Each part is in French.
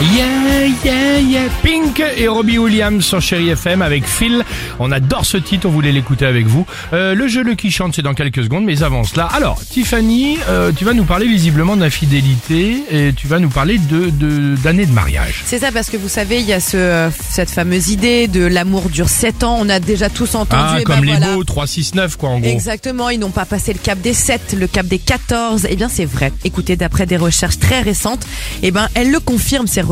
Yeah, yeah, yeah. Pink et Robbie Williams sur Chéri FM avec Phil. On adore ce titre, on voulait l'écouter avec vous. Euh, le jeu Le qui chante, c'est dans quelques secondes, mais avant cela. Alors, Tiffany, euh, tu vas nous parler visiblement d'infidélité et tu vas nous parler de de- d'années de, mariage. C'est ça parce que vous savez, il y a ce, euh, cette fameuse idée de l'amour dure 7 ans. On a déjà tous entendu. Ah, et ben comme les voilà. mots 3, 6, 9, quoi, en gros. Exactement, ils n'ont pas passé le cap des 7, le cap des 14. Eh bien, c'est vrai. Écoutez, d'après des recherches très récentes, eh ben, elles le confirment, ces recherches.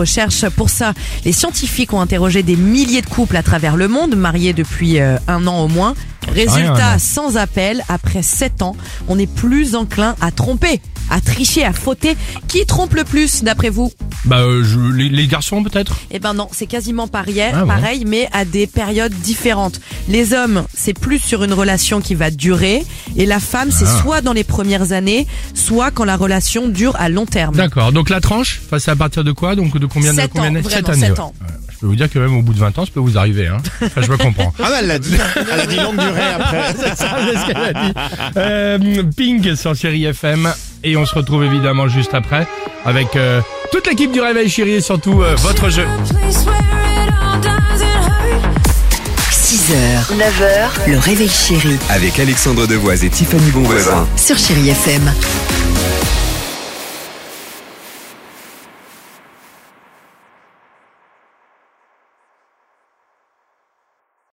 Pour ça, les scientifiques ont interrogé des milliers de couples à travers le monde, mariés depuis euh, un an au moins. rien, Résultat, non. sans appel, après 7 ans, on est plus enclin à tromper, à tricher, à fauter. Qui trompe le plus, d'après vous Bah, euh, je- les, les garçons, peut-être Eh ben non, c'est quasiment pareil, Ah bon pareil, mais à des périodes différentes. Les hommes, c'est plus sur une relation qui va durer, et la femme, c'est Ah. soit dans les premières années, soit quand la relation dure à long terme. D'accord. Donc, la tranche, enfin, c'est à partir de quoi Donc, de combien de Sept combien ans, d'années vraiment, Sept années, sept ouais. ans. Ouais. Je peux vous dire que même au bout de 20 ans, ça peut vous arriver. Hein. Enfin, je me comprends. Ah bah elle l'a dit. Elle a dit longue durée hein. après. Ah, c'est ce qu'elle a dit. Euh, Ping sur Chéri FM. Et on se retrouve évidemment juste après avec euh, toute l'équipe du Réveil Chéri et surtout euh, votre jeu. Please swear it all doesn't hurt. 6h, 9h, le réveil chéri Avec Alexandre Devoise et Tiffany Bonvoisin. sur Chéri FM.